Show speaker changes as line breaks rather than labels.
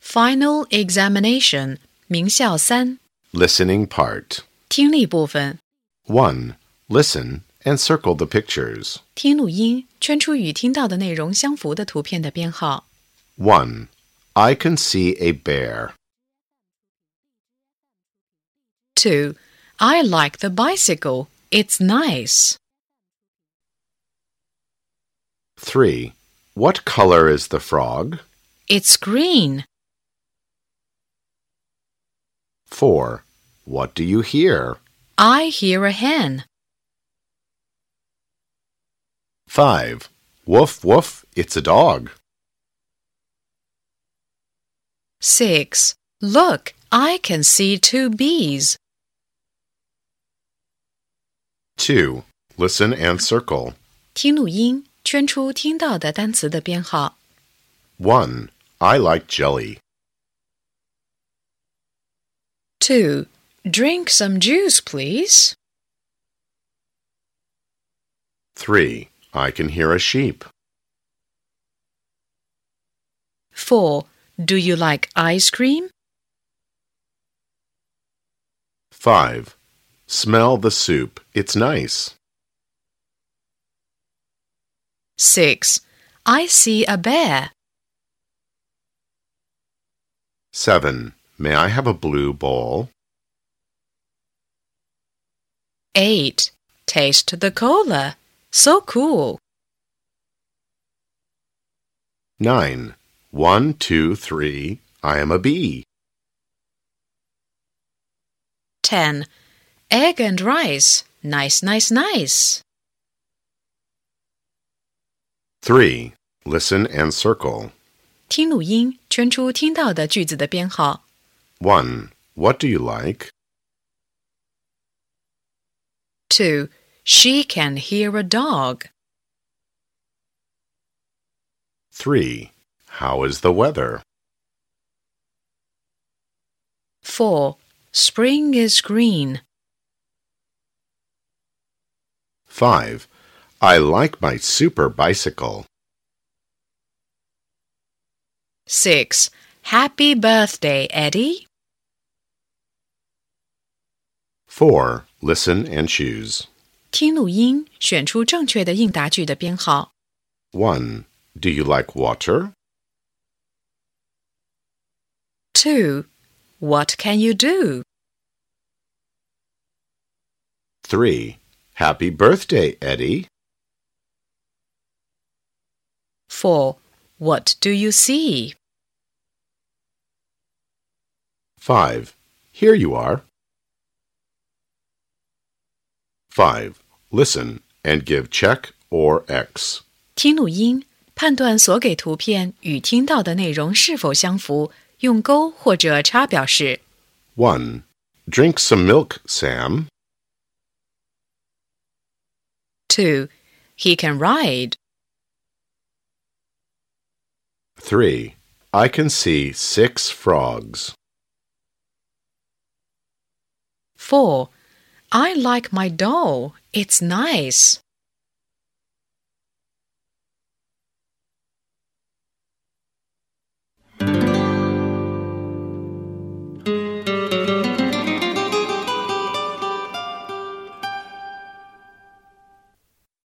Final examination 名校三
Listening part.
听力部分，
1. Listen and circle the pictures.
听录音，圈出与听到的内容相符的图片的编号。
1. I can see a bear.
Two, I like the bicycle. It's nice.
3. What color is the frog?
It's green.
4. What do you hear?
I hear a hen.
5. Woof woof, it's a dog.
Six, look, I can see two bees.
2. Listen and circle.
听录音，圈出听到的单词的编号。
1. I like jelly.
Two, drink some juice, please.
3. I can hear a sheep.
Four, do you like ice cream?
5. Smell the soup. It's nice.
Six, I see a bear.
7. May I have a blue bowl?
Eight, taste the cola. So cool.
9. 1, 2, 3. I am a bee.
Ten, egg and rice. Nice, nice, nice.
3. Listen and circle.
听录音，圈出听到的句子的编号。
1. What do you like?
Two, she can hear a dog.
3. How is the weather?
Four, spring is green.
5. I like my super bicycle.
Six, happy birthday, Eddie.
4. Listen and choose.
听录音，选出正确的应答句的编号。
1. Do you like water?
Two, what can you do?
3. Happy birthday, Eddie.
Four, what do you see?
5. Here you are. 5. Listen and give check or X.
听录音，判断所给图片与听到的内容是否相符，用勾或者叉表示。
1. Drink some milk, Sam.
Two, he can ride.
3. I can see six frogs.
Four, I like my doll. It's nice.